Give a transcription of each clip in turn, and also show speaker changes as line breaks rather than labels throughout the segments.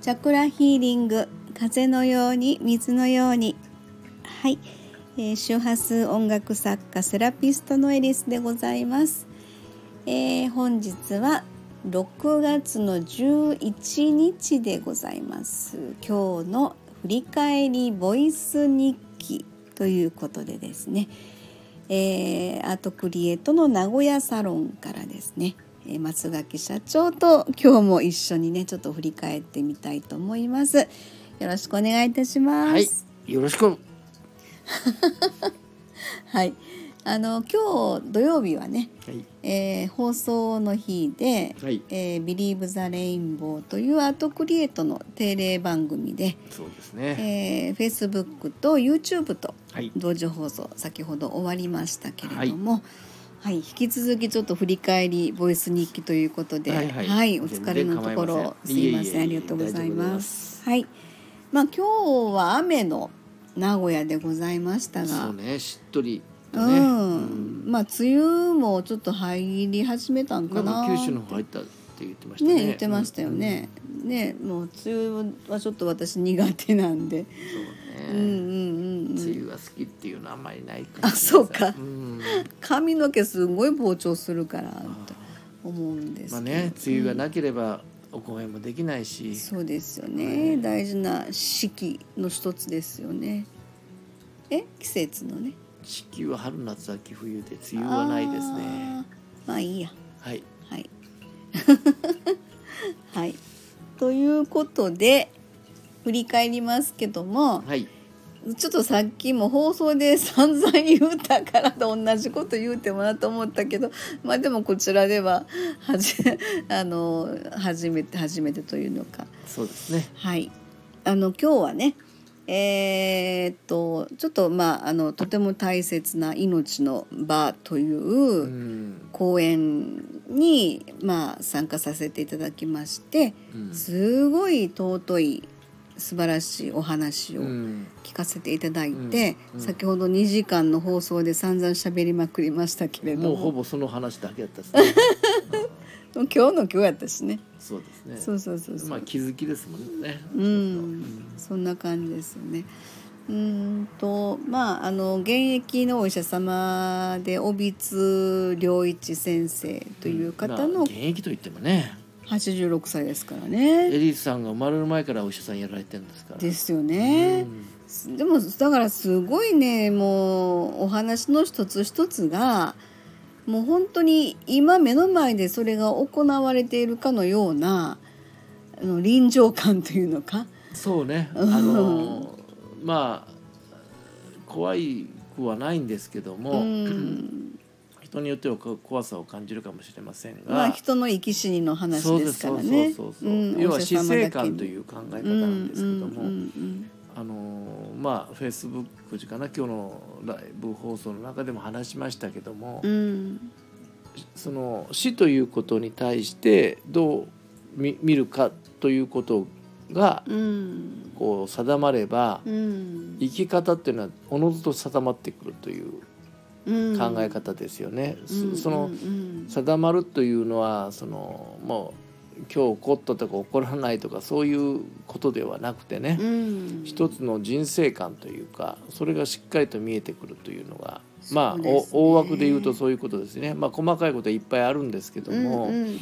チャクラヒーリング風のように水のようにはい、えー周波数音楽作家セラピストのエリスでございます、えー本日は6月の11日でございます今日の振り返りボイス日記ということでですね、えーアートクリエイトの名古屋サロンからですねえー松垣社長と今日も一緒にねちょっと振り返ってみたいと思いますよろしくお願いいたします
はい、よろしく。
はい、あの今日土曜日はね、
はい、
えー放送の日で
はい
「えー、Believe the Rainbow」というアートクリエイトの定例番組で、
そうです
え
ね。
ー、Facebook と YouTube と
はい、
同時放送先ほど終わりましたけれども、はい引き続きちょっと振り返りボイス日記ということで、
はいはい
お疲れのところすい
全然構いま
ま
せん
せんあ
いえいえいえ
りがとうございま。
大丈夫です
はい、まあ今日は雨の名古屋でございましたが。
そうね、しっとり
う
とね。
ん、まあ梅雨もちょっと入り始めたん
な
か
ん
な
か九州の方入ったって言ってましたね。
ね言ってましたよね、ねもう梅雨はちょっと私苦手なんで、
うん。そう
うん
ね。
うんうんう
梅
ん
雨が好きっていうのはあんまりないか
あそうか
ん、
髪の毛すごい膨張するからと思うんですけど、
まあね、梅雨がなければお米もできないし、
そうですよね、大事な四季の一つですよねえ季節のね
地球は春夏秋冬で梅雨はないですね。
あーまあいいや
はい、
はい。 はい。ということで振り返りますけども
はい、
ちょっとさっきも放送で 散々言うたからと同じこと言うてもなと思ったけどまあでもこちらでははじ あの初めて初めてというのか
そうですね。
はい。あの今日はね、えーっとちょっとまああのとても大切な命の場という、
うん、
公演に、まあ、参加させていただきまして
うん、
すごい尊い素晴らしいお話を
うん、
聞かせていただいて、
うんうん
先ほど2時間の放送で散々喋りまくりましたけれど
も
も
うほぼその話だけだったです ね。
今日の今日やったしね
そうですね。
そうそうそうそう、
まあ気づきですもんね。
うん、そんな感じですよね。うーんとまああの現役のお医者様で帯津良一先生という方
まあ
の
現役といってもね、
86歳ですからね。
エリスさんが生まれる前からお医者さんやられてるんですから。
ですよね、でもだからすごいねもうお話の一つ一つがもう本当に今目の前でそれが行われているかのようなあの臨場感というのか
うんそうね。あ
うん
のまあ怖いくはないんですけど
う
も、
ん
人によってはこ怖さを感じるかもしれませんが。
まあ人の生き死にの話
そう
ですからね
そうそうそうそうう、
ん
要
お
は
医
死
者様
生
だけ
観と
に
いう考え方
うん
なんですけども、
うんうん
あのまあフェイスブックかな今日のライブ放送の中でも話しましたけども、
うんうん
その死ということに対してどう見見るかということが
うん
こう定まれば
うん
生き方っていうのはおのずと定まってくるという
うん
考え方ですよね。そ
うん
その
うん
定まるというのはそのもう今日起こったとか起こらないとかそういうことではなくてね、
うん
一つの人生観というかそれがしっかりと見えてくるというのがまあ、
そうですね
お大枠で言うとそういうことですね。まあ細かいことはいっぱいあるんですけども、
うんうん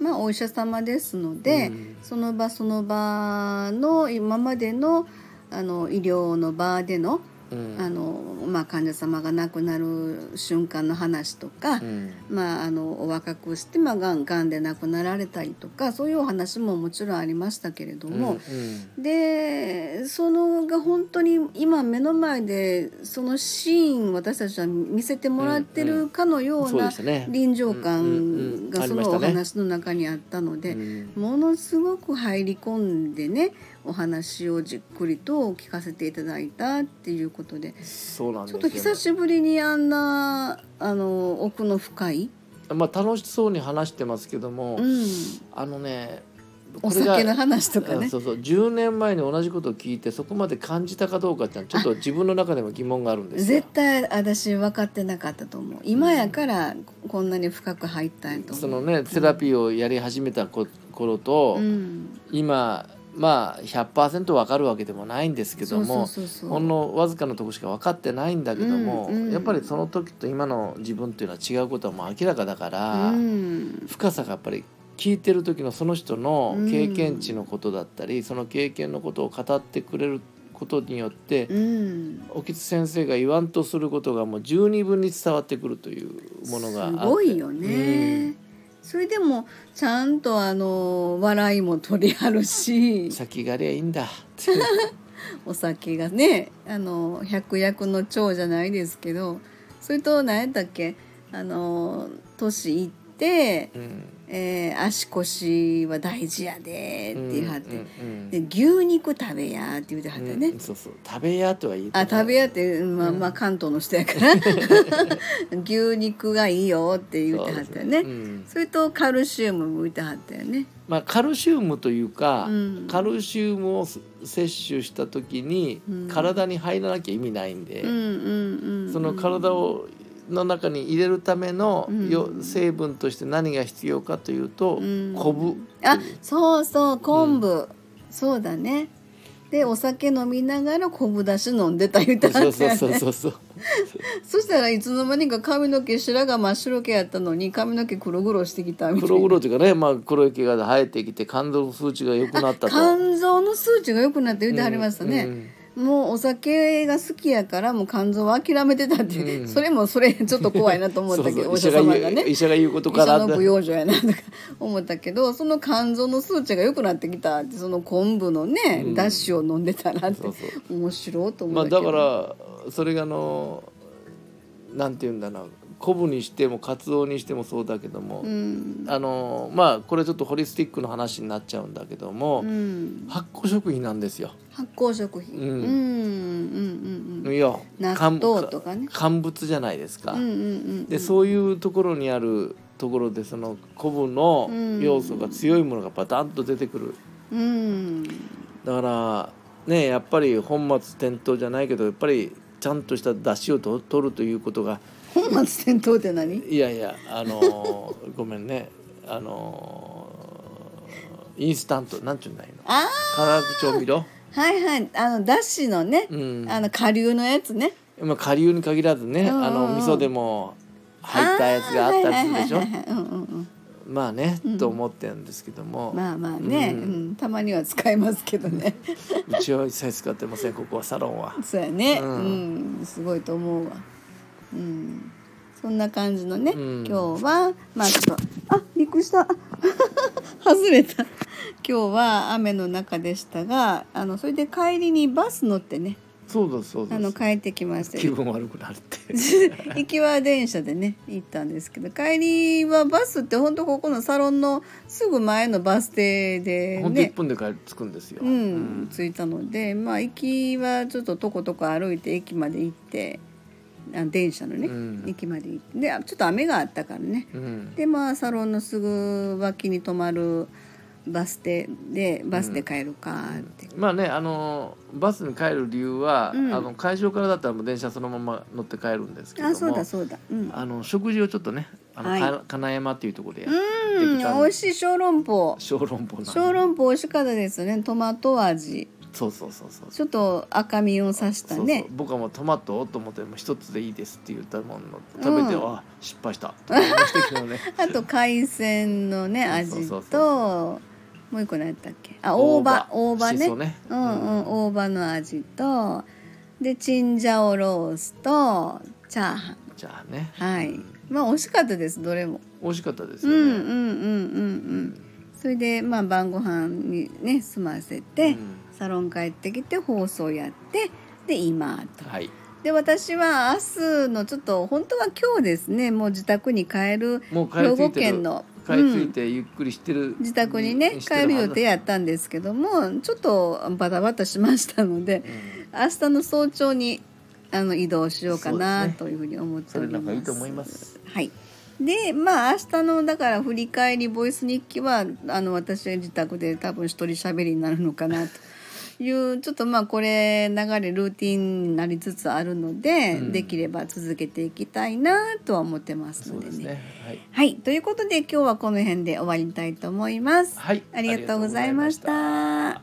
まあお医者様ですので、
うん
その場その場の今までのあの医療の場での,、
うん
あのまあ、患者様が亡くなる瞬間の話とか、
うん
まあ、あのお若くして、まあ、がんがんで亡くなられたりとかそういうお話ももちろんありましたけれども。
うん
でそのが本当に今目の前でそのシーン私たちは見せてもらってるかのよ
うん
う
そう
な
でしたね。
臨場
うんう
感
ん
がその
ありました
お
ね
話の中にあったので、
うん
ものすごく入り込んでねお話をじっくりと聞かせていただいたっていうことで
そうなん
ち
です
ょ
よ
っと久しぶりにあんなあの奥の深い、
まあ楽しそうに話してますけども、
うん、
あのね
お
これが
酒の話とか
うん
ね。
そうそう10年前に同じことを聞いてそこまで感じたかどうかってのはちょっと自分の中でも疑問があるんですよ
絶。対私分かってなかったと思う今やからこんなに深く入ったんやと思う
そのねセラピーをやり始めたこ頃と、
うん
今まあ100%わかるわけでもないんですけども
そうそうそうそう
ほんのわずかなとこしか分かってないんだけども、
うんうん
やっぱりその時と今の自分っていうのは違うことはもう明らかだから、
うん
深さがやっぱり聞いてる時のその人の
うん
経験値のことだったり、その経験のことを語ってくれることによって、
うん
興津先生が言わんとすることがもう十二分に伝わってくるというものがあって
すごいよね、それでもちゃんとあの笑いも取りある
う
し
ん先がりゃいい んだっていう
お酒がねあの百薬の長じゃないですけどそれと何やったっけあの年いって、
うん
えー足腰は大事やでって言いはって、
うんうん
で牛肉食べやって言うてはったよね、
うんそうそう食べ屋とは言って
あ
ない
食べ屋って、うんまあ、
うん
まあ関東の人やから 牛肉がいいよって言うてはったよね
そう
そ
ですうん
れとカルシウムも言うてはったよね
まあカルシウムというか、
うん
カルシウムを摂取した時に
うん
体に入らなきゃ意味ないんで、
うんうんうんうん
その体をの中に入れるための
うん
よ成分として何が必要かというと、
うん
昆布
あそうそう昆布、そうだねでお酒飲みながら昆布だし飲んでた言うてはった
そ
よ
う
ね
そうそうそ うそう
そしたらいつの間にか髪の毛白髪真っ白系やったのに髪の毛黒々してきたみたい
黒
な
黒というかね、まあ、黒い毛が生えてきて肝臓の数値が良くなったと。
肝臓の数値が良くなって言ってはりましたね、
うん
もうお酒が好きやからもう肝臓は諦めてたって、
うん
それもそれちょっと怖いなと思
そ
っ
う
たけど
そう
お医
医者
者
が
様
言
がね
う医者が言うこと
医
か
者
ら
の不養生やなとか思ったけどその肝臓の数値が良くなってきたってその昆布のね、
うん
だしを飲んでたらって
そうそう
面白いと思
ま
っ
あ、
たけど、
だからそれがあのなんていうんだな昆布にしてもカツオにしてもそうだけども、
うん
あのまあこれちょっとホリスティックの話になっちゃうんだけども、
うん、
発酵食品なんですよ。
発酵食品、
うん
うん、うんうんうん
いや
納
乾
豆とかね
乾物じゃないですか。
うんうんうん
で
う
そういうところにあるところでその昆布の
うん
要素が強いものがバタンと出てくる。
うん
だからねやっぱり本末転倒じゃないけどやっぱりちゃんとした出汁をと取るということが
本末転倒って何
いやいやあの ーごめんねあのーインスタントなんちゅうんないの
あ
化学調味料
ーはいはいあのだしのね、
うん
あの下流のやつね
まあ顆粒に限らずね
うんうんうん
あの味噌でも入ったやつがあったりするでしょ
はいはいはいはいうんうん
まあね、
うん
と思ってるんですけども、
うんまあまあね、
う
うんんたまには使えますけどね
うちは一切使ってませんここはサロンは。
そうやね
う
うんん、すごいと思うわうんそんな感じのね、
うん
今日はまあちょっとあびっくりした 外れた今日は雨の中でしたがあのそれで帰りにバス乗ってね
そうだそうだ
あの帰ってきました
気
よ
分悪くなるって。
行きは電車でね行ったんですけど帰りはバスって本当ここのサロンのすぐ前のバス停で
本当一
ね
分で帰着くんですよ。
うん、着いたのでまあ行きはちょっととことこ歩いて駅まで行ってあ電車のね、
うん
駅まで行ってであちょっと雨があったからね
うん。
でまあサロンのすぐ脇に止まるバス停でバスで帰るかって、
まあねあのバスに帰る理由は、
うん
あの会場からだったらもう電車そのまま乗って帰るんですけども。
あそうだそうだうん、
あの食事をちょっとねあの、
はい
か金山っていうところでやって
うん、美
きたんで
味しい小籠包
小籠包なんで
小籠包美味しかったですよねトマト味
そうそうそうそう
ちょっと赤身を刺した
そう
ね
そう僕はもうトマトをと思ってもう一つでいいですって言ったもの食べて、
うん
あ失敗したと思いましたけどね
あと海鮮のね
そう
味
そう
と
そう
もう一個何やったっけあ 大葉大葉ね
しそね
うんうん大葉の味とでチンジャオロースとチャーハン
じゃあね
はい、
うん
まあ美味しかったですどれも、
美味しかったです
う
よ
ん
ね、
うんうんうんうんそれでまあ晩ご飯にね済ませて、
うん
サロン帰ってきて放送やってで今と
はい
で私は明日のちょっと本当は今日ですねもう自宅に帰る
もう帰
兵
り着い
庫
て
県
る
の、
帰
う
り着い
ん、
てゆっくりしてる、
自宅にね
して
帰る
は
予
ず
定やったんですけどもちょっとバタバタしましたので
うん
明日の早朝にあの移動しようか
そう
な
ですね
というふうに思って
そ
お
れ
り
な
ま
ん
す。
かいいと思います
はいでまあ明日のだから振り返りボイス日記はあの私は自宅で多分一人喋りになるのかなという ちょっとまあこれ流れルーティンになりつつあるので、
うん
できれば続けていきたいなとは思ってます
そ
の
う
で
で
ね。
すねはい、
はいということで今日はこの辺で終わりたいと思います。
はい、
ありがとうございました。